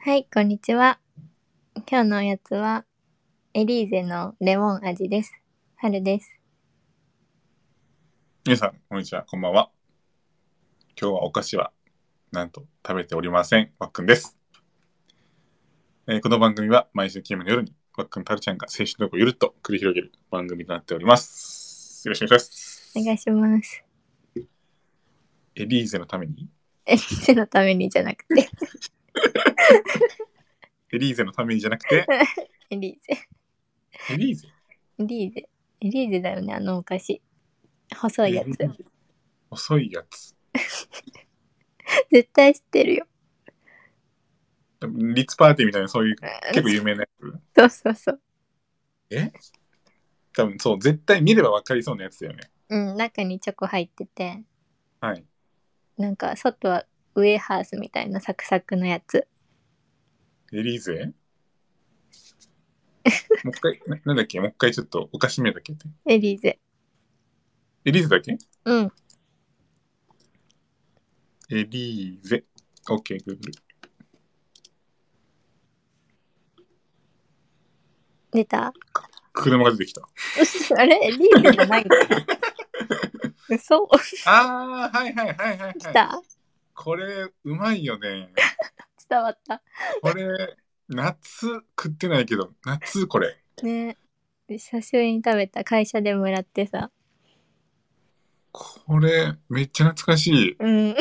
はい、こんにちは。今日のおやつは、エリーゼのレモン味です。春です。皆さん、こんにちは、こんばんは。今日はお菓子は、なんと食べておりません。わっくんです。えーこの番組は毎週金曜日の夜に、わっくんたるちゃんが青春トークをゆるっと繰り広げる番組となっております。よろしくお願いします。お願いします。エリーゼのために、エリーゼのためにじゃなく て、エリーゼのためにじゃな くて、エリーゼ。エリーゼエリーゼ。エリーゼだよね、あのお菓子。細いやつ。遅いやつ。絶対知ってるよ。でもリッツパーティーみたいな、そういう結構有名なやつ。そうそうそう。え多分そう、絶対見ればわかりそうなやつだよね。うん、中にチョコ入ってて、はい。なんか外はウエハースみたいなサクサクのやつ。エリーゼ もう一回、ななんだっけもう一回ちょっとお菓子名だっけ言ってエリーゼ。エリーゼだっけうん。エリーゼ。OK、Google。出た 車が出てきた。あれエリーゼじゃない の嘘あー、はいはいはいはい、はい。来たこれ、うまいよね。伝わった。これ、 夏食ってないけど、夏これ。ね久しぶりに食べた会社でもらってさこれ、めっちゃ懐かしい。うん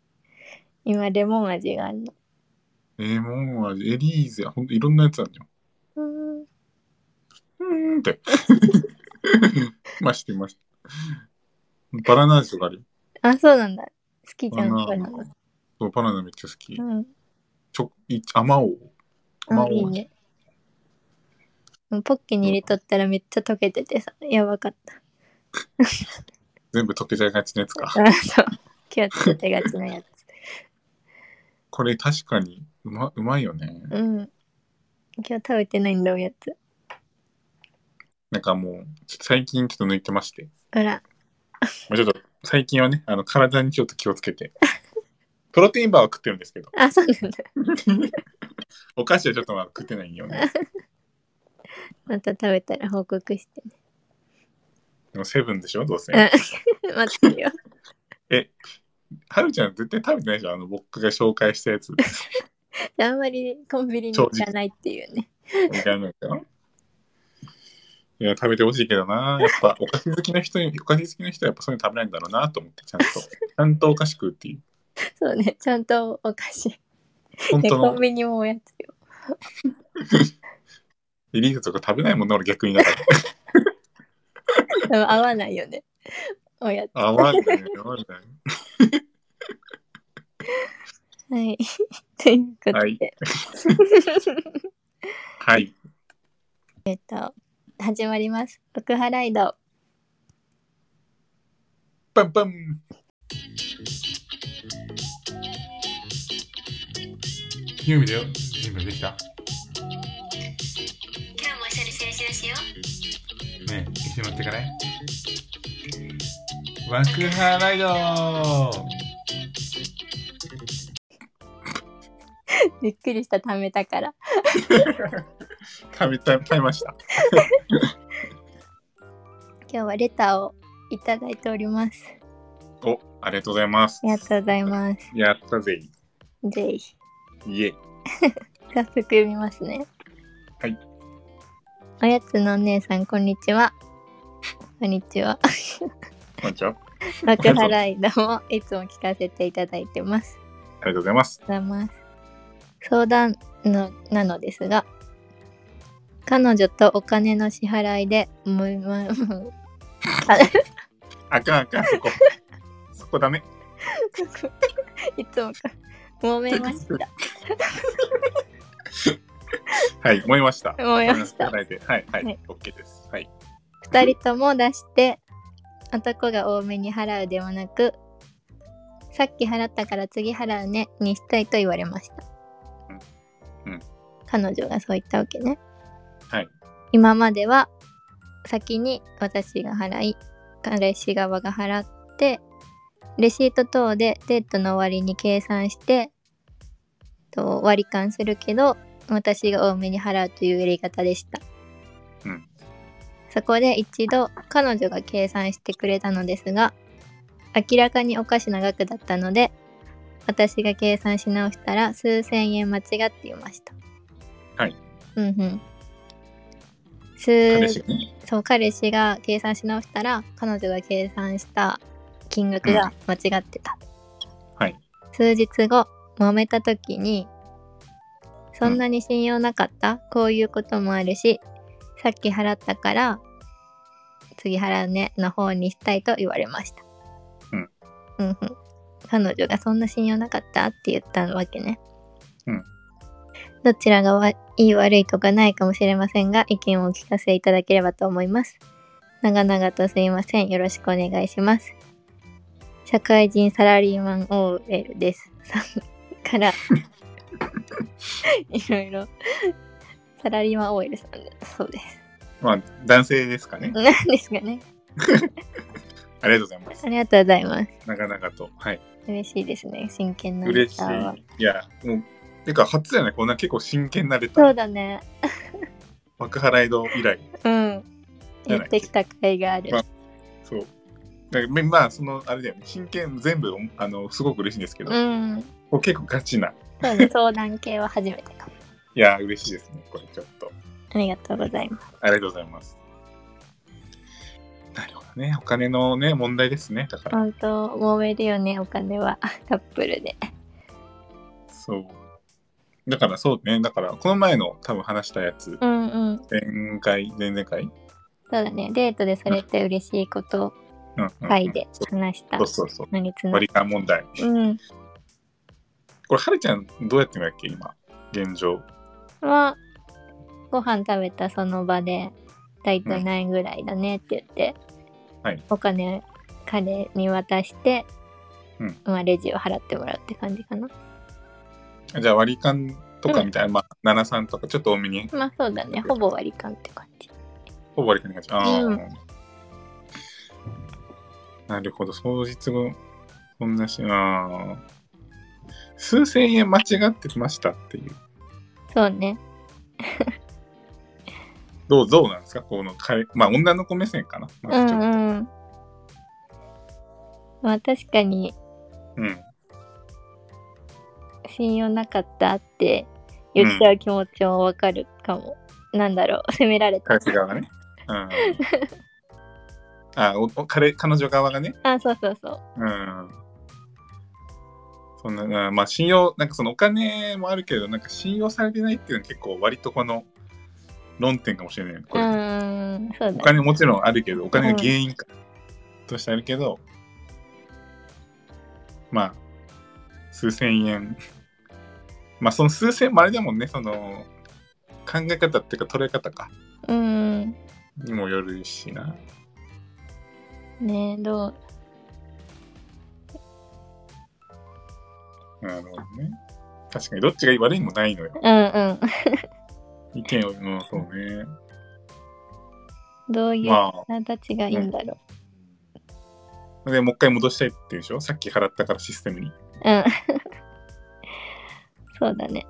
今レモン味があるのレモン味、エリーゼ、ほんといろんなやつあるじゃん。うんうーんって。 ましてまして。バナナ味とかあるよあそうなんだ好きじゃんバナナバナナそうバナナめっちゃ好き。うんちょ、い、あまおう。まあお。いいうねうんポッケに入れとったらめっちゃ溶けててさやばかっ全部溶けちゃいがちなやつか。た あそう気をつけてがちなやつこれ確かにうま、うまいよね。 うん今日食べてないんだおやつなんかもう、ちょっと最近ちょっと抜いてまして。あらまあちょっと、最近はね、あの、体にちょっと気をつけ て。プロテインバーは食ってるんですけど、 あそうなんだお菓子はちょっとまだ食ってないよね。また食べたら報告して ねでもセブンでしょどうせ。うん待ってるよはるちゃん絶対食べてないじゃん。あの、僕が紹介したやつ。あんまりコンビニに行かないっていうねみたいなのかないや、食べてほしいけどな。やっぱ、お菓子好きな人に、お菓子好きな人はやっぱそういうの食べないんだろうなと思って、ちゃんと。ちゃんとお菓子食うっていう。そうね、ちゃんとお菓子。本ね、当コのンビニもおやつよ。 リリーフとか食べないもんね、俺逆にだから。でも合わないよね。おやつ。あ、わかんない、わかんない。はい。 ということで、はいはい。 始まります。福原ライド。パンパン。ユーミだよ。準備できた。今日も一緒に青春しよう。ねえ、一緒に乗ってかないワクハライドびっくりした、ためたから。食べた、食べました。今日はレターをいただいております。お、ありがとうございますあ。りがとうございます。やったぜ。ぜひ、いえ。早速読みますね。はい。おやつのお姉さん、こんにちは。こんにち は。こんにちは。あ福原ライドもいつも聞かせていただいてます。りがとうございます。ございます相談のなのですが彼女とお金の支払いでむむむあかんあかん、そこ。そこダメ。いつもか揉めましたはい、思いました。揉めましいただいてはい、ははいい、オッケーです。はい。 2人とも出して男が多めに払うではなくさっき払ったから次払うねにしたいと言われました、うんうん彼女がそう言ったわけねはい。今までは先に私が払い彼氏側が払ってレシート等でデートの終わりに計算してと割り勘するけど私が多めに払うというやり方でした、うんそこで一度彼女が計算してくれたのですが明らかにおかしな額だったので私が計算し直したら数千円間違っていましたはいうんうん彼数氏がね。そう彼氏が計算し直したら彼女が計算した金額が間違ってた、はい数日後揉めた時にそんなに信用なかった、こういうこともあるしさっき払ったから次払うねの方にしたいと言われましたうんうんうん彼女がそんな信用なかったって言ったわけねうんどちらがわいい悪いとかないかもしれませんが意見をお聞かせいただければと思います長々とすいませんよろしくお願いします社会人サラリーマン OL ですさんから いろいろサラリーマン OL さんだそうですまあ、男性ですかね。なんですかねありがとうございます。ありがとうございますなかなかと。はい。嬉しいですね真剣なレ嬉しいターは。いや、もう、てか初じゃないこんな結構真剣なレタそうー。だね幕張ライド以来。うんじゃやないってきた甲斐があるまあそう。だからめまあ、その、あれだよね。真剣全部、あの、すごく嬉しいんですけど、うんこう結構ガチな。そうね相談系は初めてかもいや、嬉しいですね。これちょっと。ありがとうございますありがとうございます。なるほどね。お金のね、問題ですね。だから。本当揉めるよねお金は カップルでそう。だからそうね。だから、この前の多分話したやつ、うんうん前回、前々回そうだねデートでそれって嬉しいことうんうんうん。会でそう話したそうそうそう。のにつな割り勘問題。うんこれ、はるちゃん、どうやってんだっけ、今。現状。はご飯食べたその場でだいたい何円ぐらいだねって言って、はいお金彼に渡して、うんまあ、レジを払ってもらうって感じかなじゃあ、割り勘とかみたいな、まあ、73とか、ちょっと多めに、まあそうだねほぼ割り勘って感じほぼ割り勘に感じ。ああ、うなるほど。当日後、こんなし、ああ。数千円間違ってましたっていう。そうねどう、どうなんですかこの彼、まあ、女の子目線かな。まうずちょっとんうんまあ確かにうん。信用なかったって言っちゃう気持ちもわかるかも、なんだろう 責められた彼氏側がね。うん。あおお彼、彼女側がね。あそうそうそううん。そんな、うんまあ信用、なんかそのお金もあるけど、なんか信用されてないっていうのは結構割とこの論点かもしれない。こうれーんそうだおね金もちろんあるけど、お金が原因か、としてあるけど、まあ、数千円。まあその数千円もあれだもんね、その考え方っていうか捉え方か。うーんにもよるしな。ねえどうなるほどね。確かにどっちが悪いもないのよ。うんうん 意見を、うん、そうね。どういうま形がいいんだろあ、でもう一回戻したいっていうでしょさっき払ったからシステムに。う。うん。 そうだね。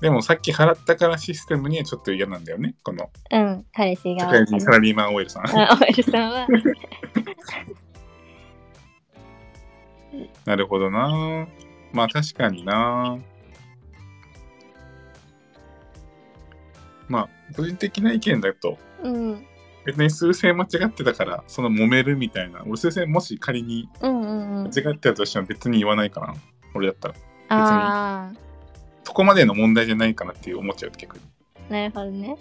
でもさっき払ったからシステムにはちょっと嫌なんだよね。このうん。彼氏社が。会人サラリーマン OL さん。あ、おるさんは。なるほどな。まあ確かにな。まあ個人的な意見だとうん。別に数千円間違ってたからその揉めるみたいな俺数千円もし仮にうんうんうん。間違ってたとしても別に言わないかな俺だったらあそこまでの問題じゃないかなっていう思っちゃう逆にあ、なるほどね。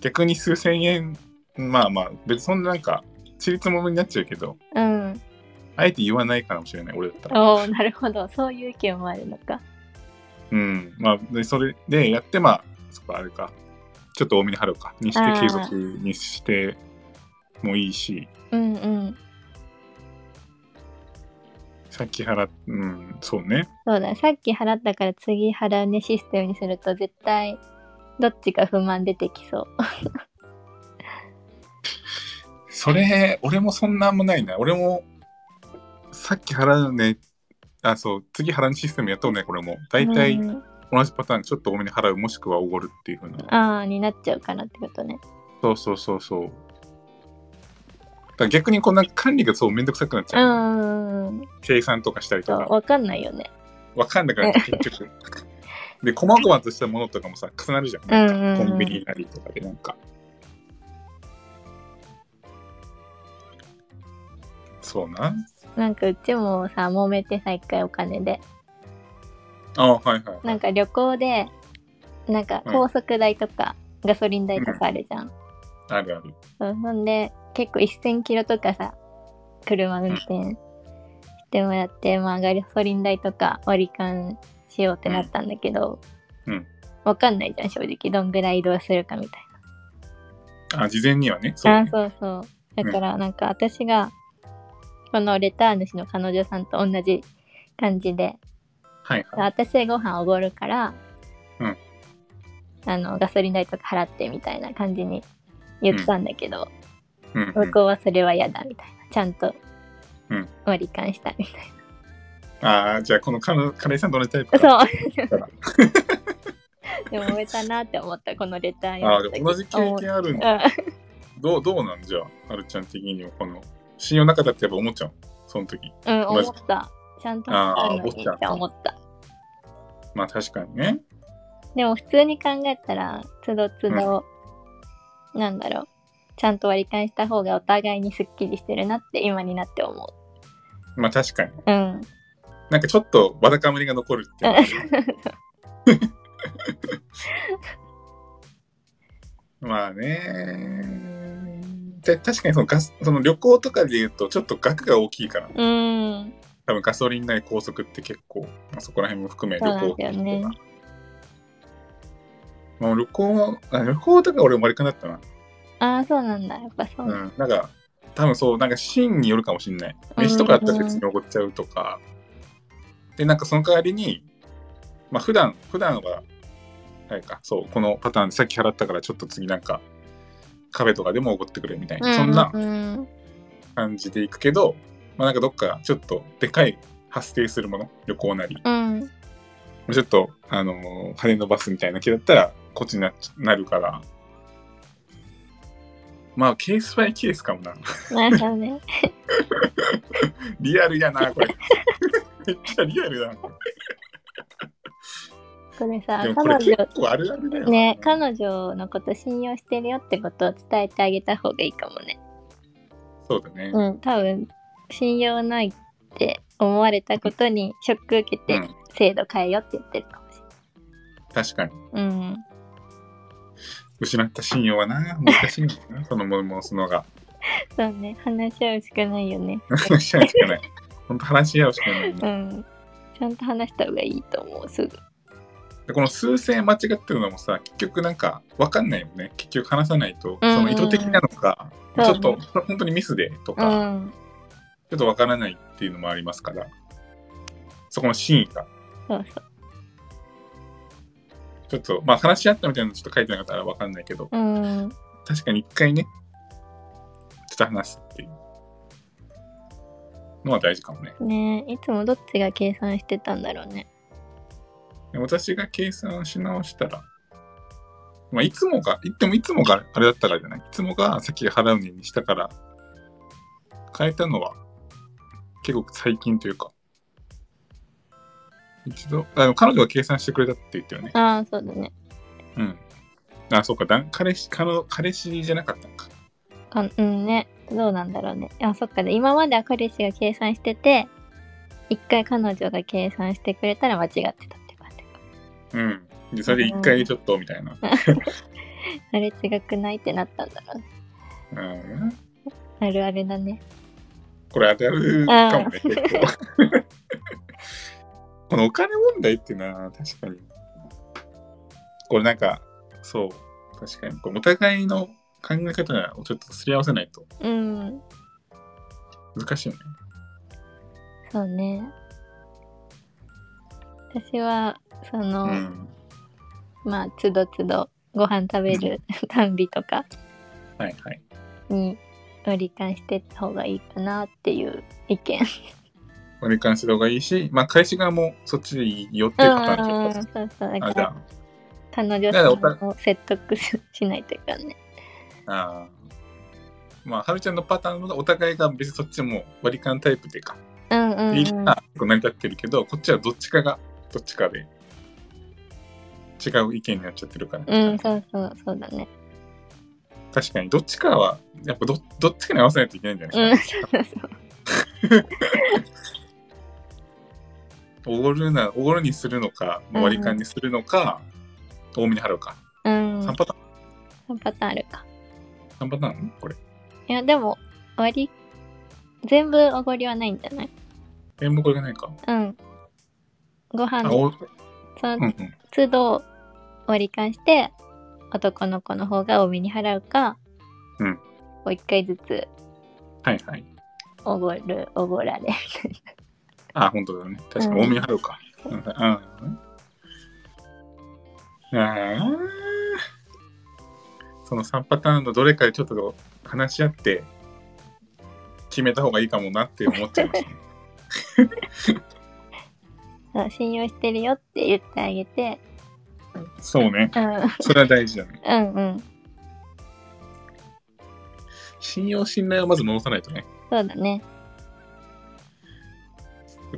逆に数千円まあまあ別にそんななんか私立ものになっちゃうけどうん。あえて言わないかもしれない俺だったらおお、なるほど。そういう意見もあるのか。うんまあでそれでやってまあそこあれかちょっと多めに払うかにしあーて継続にしてもいいしうんうん。さっき払っうんそうねそうだ。さっき払ったから次払うねシステムにすると絶対どっちか不満出てきそう。それ俺もそんなあんもないな俺もさっき払うねあ、そう、次払うシステムやっとうね、これも。大体うん同じパターン、ちょっと多めに払う、もしくはおごるっていうふうな。 ああになっちゃうかなってことねそうそうそうそう。だから逆にこうなんか管理がそうめんどくさくなっちうゃう。ん計算とかしたりそとうか。分かんないよねわかんなくなっちゃう、結局。で、細々としたものとかもさ、重なるじゃん。うんうんうんコンビニなりとかで、なんか。そうな。なんかうちもさ揉めてさ一回お金であはいはいはい。なんか旅行でなんかうん高速代とか、ガソリン代とかあるじゃん、あるある。そうほんで結構1000キロとかさ車運転してもらって、まあガソリン代とか割り勘しようってなったんだけど、うんうんわかんないじゃん正直どんぐらい移動するかみたいあ、事前にはね。そうなねあそうそうだからなんか私がこのレター主の彼女さんと同じ感じではいはい。私ご飯おごるから、うんあのガソリン代とか払ってみたいな感じに言ったんだけど、うん、う向ん。こうはそれは嫌だみたいなちゃんとうん割り勘したいみたいああ、じゃあこのカレカレーさんどのタイプな、そか。うでも終えたなって思ったこのレターああ、読んだで時も同じ経験あるんだ。どう、どうなんじゃあ、あるちゃん的にも、この、信用なかったってやっぱ思っちゃう。その時。うん、うん、同じ思ったちゃんと払うのにって思ったまあ確かにね。でも普通に考えたらつどつど、なんだろうちゃんと割り勘した方がお互いにすっきりしてるなって今になって思まあ確かに。ううんなんかちょっとわだかまりが残るっていうか。 まあね。で確かにそのガスその旅行とかで言うとちょっと額が大きいからうん多分ガソリン代高速って結構、まあ、そこら辺も含めそうな旅んだよ行費ねとか、もう旅行もあ旅行とか俺も割り勘だったな、ああそうなんだやっぱそうう、ん、なんか多分そうなんかシーンによるかもしんない飯とかだったら別におごっちゃうとか、でなんかその代わりにまあ普段普段はあれかそうこのパターンでさっき払ったからちょっと次なんかカフェとかでもおごってくれみたいな、そんなうん感じでいくけど、まあ、なんかどっかちょっとでかい発生するもの旅行なりうんちょっと、あのー羽伸ばすみたいな気だったらこっちになっちなるからまあケースバイケースかもななるほどねリアルやなこれ めっちゃリアルだなこれさでもこ彼れ結女構あるあるだよね彼女のこと信用してるよってことを伝えてあげた方がいいかもねそうだね、うん多分信用ないって思われたことにショック受けうてん、制度変えようって言ってるかもし確かにれないうん失った信用はな難しいんだな そのものもそのがそうね話し合うしかないよね話し合うしかない本当話し合うしかない、うねんちゃんと話した方がいいと思うすぐでこの数千間違ってるのもさ結局なんか分かんないよね結局話さないと、うんうんその意図的なのか、そうちょっと本当にミスでとうか、んちょっとわからないっていうのもありますから、そこの真意が、そうそちょっと、まあ話し合ったみたいなのちょっと書いてなかったらわかんないけど、ううん確かに一回ね、ちょっと話すっていうのは大事かもね。ねいつもどっちが計算してたんだろうねで私が計算し直したら、まあいつもが、言ってもいつもがあれだったからじゃない。いつもが先払うねにしたから、変えたのは結構最近というか、一度、あの彼女が計算してくれたって言ってるね。ああそうだねうん。あ、そうか、だん彼氏、彼の彼氏じゃなかったのか。かうんねどうなんだろうねあそっかで今までは彼氏が計算してて一回彼女が計算してくれたら間違ってたって感じかうん。で、それで一回ちょっとみたいな。あれ違くないってなったんだろうねうん。あるあるだねこれ当たるかもね、結構。 このお金問題っていうのは、確かに。これなんか、そう、確かに。これお互いの考え方をちょっとすり合わせないとうん難しいよね。そうね私はその、うん。まあつどつどご飯食べる たんびとかはいはい。に割り勘してった方がいいかなっていう意見割り勘した方がいいし、まあ、返し側もそっちでいいよっていうパターンうでしょん、うそうそう。だか。あ、かじゃら、彼女ださからお互んを説得しないといかんね。あ、あーまあ、はるちゃんのパターンはお互いが別にそっちも割り勘タイプでか、うんうん、うん。いいな、こう成り立ってるけど、こっちはどっちかが、どっちかで、違う意見になっちゃってるから。うん、そうそう、そうだね。確かに、どっちかは、やっぱどどっちかに合わせないといけないんじゃないうん、ですそうそうそう。か。おごるな、おごるにするのか、まあ割り勘にするのか、多めに払うか。うん、 3パターン3パターンあるか。三パターンこれ。いや、でも、割り、全部おごりはないんじゃない全部これがないか。うん。ご飯あ、、おそうんうのん。都度割り勘して、男の子の方が多めに払うか、うんこう1回ずつはいはい。おごる、おごられ る。あ、本当だね。確うかに、ん多めに払うか。うん。うん、あーその3パターンのどれかでちょっと話し合って、決めた方がいいかもなって思っちゃい ましたね。そう信用してるよって言ってあげて、そうね。うん、それは大事だね。うん、うん。信用信頼をまず戻さないとね。そうだね。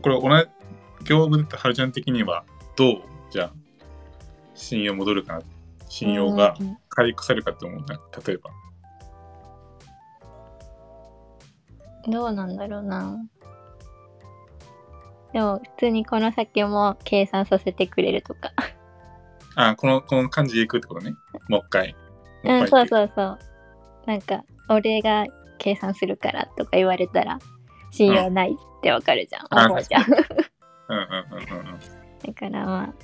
これ、同じ、業務ってはるちゃん的には、どうじゃあ、信用戻るかな。信用がうん回復されるかって思うな。例えば。どうなんだろうな。でも、普通にこの先も計算させてくれるとか。あ、この、この感じでいくってことね。もう一回。うもん、一そう回っていそうそう。なんか、俺が計算するからとか言われたら、信用ないってわかるじゃん。あ思うじゃん。だうんうんうんうんうん。からまあ、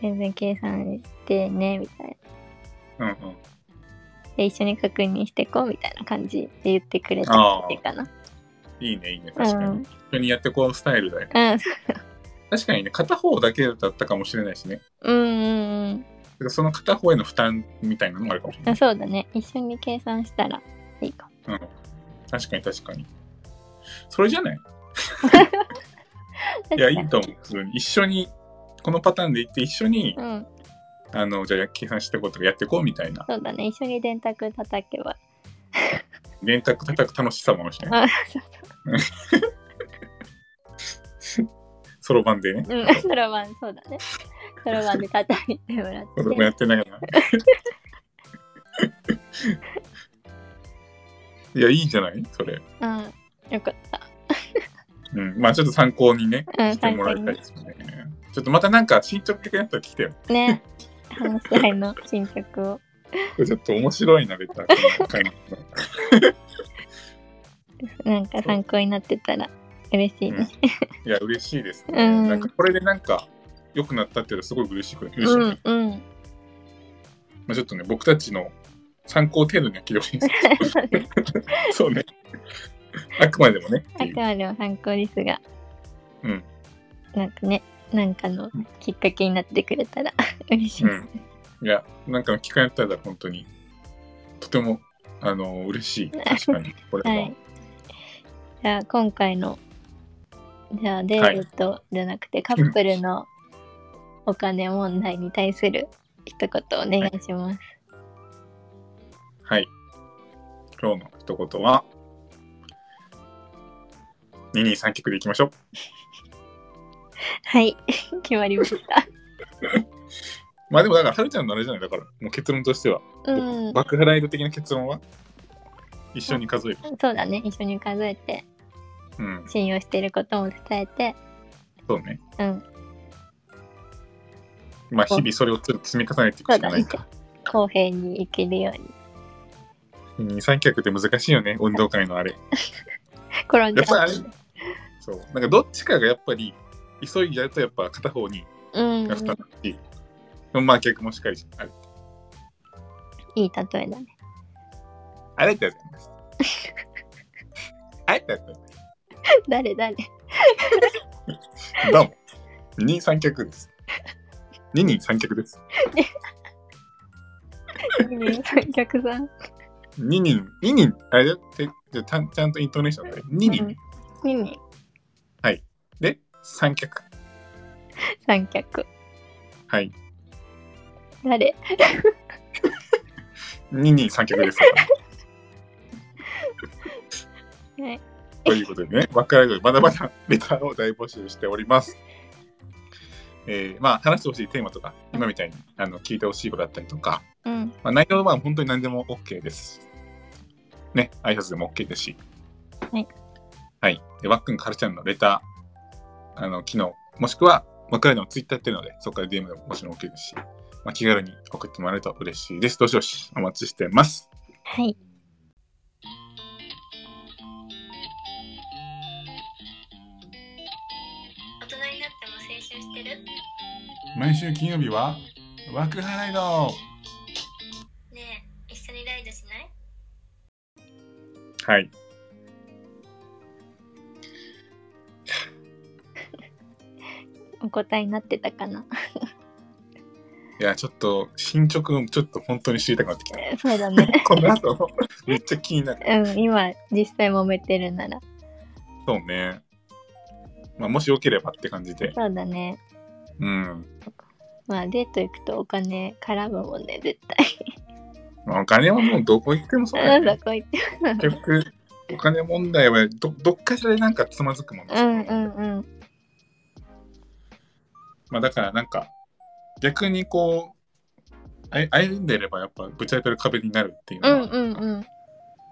全然計算してね、みたいな。うんうん。で、一緒に確認してこう、みたいな感じで言ってくれたらいいかな。いいね、いいね。うん確かに。一緒にやってこうスタイルだよ。うん、確かにね、片方だけだったかもしれないしね。うんうんうんだからその片方への負担みたいなのもあるかもしれなあ。い。そうだね。一緒に計算したらいいかも。うん。確かに確かに。それじゃないいや、いいと思う。普通に一緒に、このパターンで行って、一緒に、うん。あの、じゃあ、計算していこうとかやっていこうみたいな、そうだね、一緒に電卓叩けば。電卓叩く楽しさもあるしね、あ そう そろばんでね、そう。うん、そろばん、そうだね。そろばんで叩いてもらっそれもて。やってなが ら。いや、いいんじゃないそれ。うん、よかった。うん。まあ、ちょっと参考にね、うんしてもらいたいですね。ちょっとまたなんか進捗的なやつは来てよ。ね。話し合いの進捗を。これちょっと面白いな、レター。この回のなんか参考になってたら嬉しいね。いや、嬉しいですね。うんなんか、これでなんか、良くなったっていうのはすごい嬉しく、嬉しいね、うん、うん。まあ、ちょっとね、僕たちの参考程度には聞いてほしいんで すそうですけど、そうね。あくまでもね。ってあいくうまでも参考ですが、うん。なんかね、なんかのきっかけになってくれたら 嬉しいです。いや、なんかの機会あったら本当に、とても、あの、嬉しい。確かに。これは。はい。じゃあ、今回の、じゃあ、デートじゃなくて、カップルのお金問題に対する一言お願いします。はい。今日の一言は、二人三脚でいきましょう。はい、 決まりました。 まあでもだから、はるちゃんのあれじゃないだから、もう結論としては、うん、バックハライド的な結論は、一緒に数える。そうだね、一緒に数えて、うん、信用していることも伝えて、そうね。うん、まあ、日々それを積み重ねていくしかないか。公平にいけるように。二人三脚って難しいよね、運動会のあれ。転んじやっぱゃりあれ、そう。なんかどっちかがやっぱり、急いじゃうとやっぱ片方にう。うんが、負担だし、まあ逆もしっかりしあれ。いい例えだね。ありがとうございます。ありがとうござい誰 誰ます。どうも。二人三脚です。二人三脚です。三脚さん。二人、二人、あれだって、じゃあちゃんちゃんとイントネーションで、二人うん。二人。で、三脚。三脚。はい。誰二人三脚ですから。はい。ということでね、わからないまだまだレターを大募集しております。えーまあ、話してほしいテーマとか、今みたいにあの聞いてほしいことだったりとか、うん。まあ、内容は本当に何でも OK です。ね、挨拶でも OK ですし。はい。はい。で、わっくんかるちゃんのレター、あの、機能、もしくは、僕らでも Twitter やってるので、そこから DM でももちろん OK ですし、まあ、気軽に送ってもらえると嬉しいです。どしどしお待ちしてます。はい。大人になっても青春してる毎週金曜日は、ワークハライドねえ一緒にライドしないはい。お答えになってた かな。いや、ちょっと、進捗、ちょっと本当に知りたくなっ てきた。そうだね。この後、めっちゃ気になる。うん。今、実際揉めてるなら。そうね。まあ、もしよければって感じで。そうだね。うん。まあ、デート行くとお金絡むもんね、絶 対。まあ、お金はもうどこ行ってもそうだうよん、そね。こ行って。結局、お金問題はどどっかしらでなんかつまずくもんうね。んうんうん。まあ、だからなんか、逆にこう、あい歩んでいればやっぱぶち当たる壁になるっていううのは、んうんうん。ま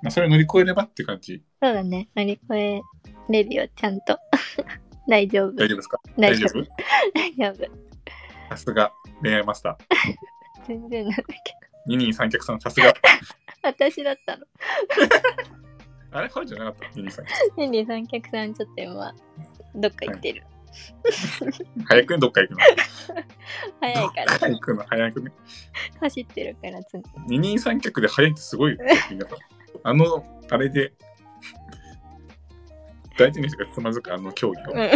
あ、それを乗り越えればって感じ。そうだね。乗り越えれるよ、ちゃんと。 大丈夫。大丈夫ですか大大丈丈夫。夫大丈夫。 さすが恋愛マスター。全然なんだけど。二人三脚さんさすが。私だったの。あれハルじゃなかった二人三脚。ヘンリー三脚さん、ちょっと今、どっか行ってる。早くね、どっか行くの。早いから、どっか行くの早くね。走ってるから、つん二人三脚で早いってすごいよ。みんなあの、あれで、大事にしてつまずくあの競技を。うん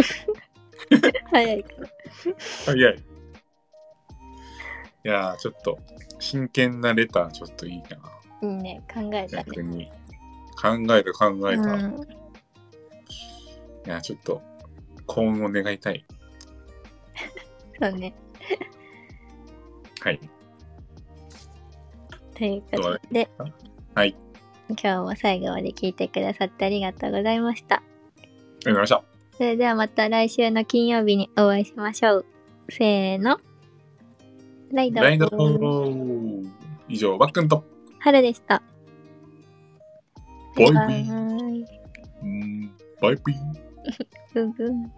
早いから。早い。いやー、ちょっと、真剣なレター、ちょっといいな。いいね、考えたね。逆に。考えた、考えた。ういん、やー、ちょっと、幸運を願いたい。そうね。はい。ということで、はい。今日も最後まで聞いてくださってありがとうございました。ありがとうございました。それではまた来週の金曜日にお会いしましょう。せーの。ライド。ライドー以上、ワックンと、春でした。バイビーバイバイうんバイビー。ブンブン。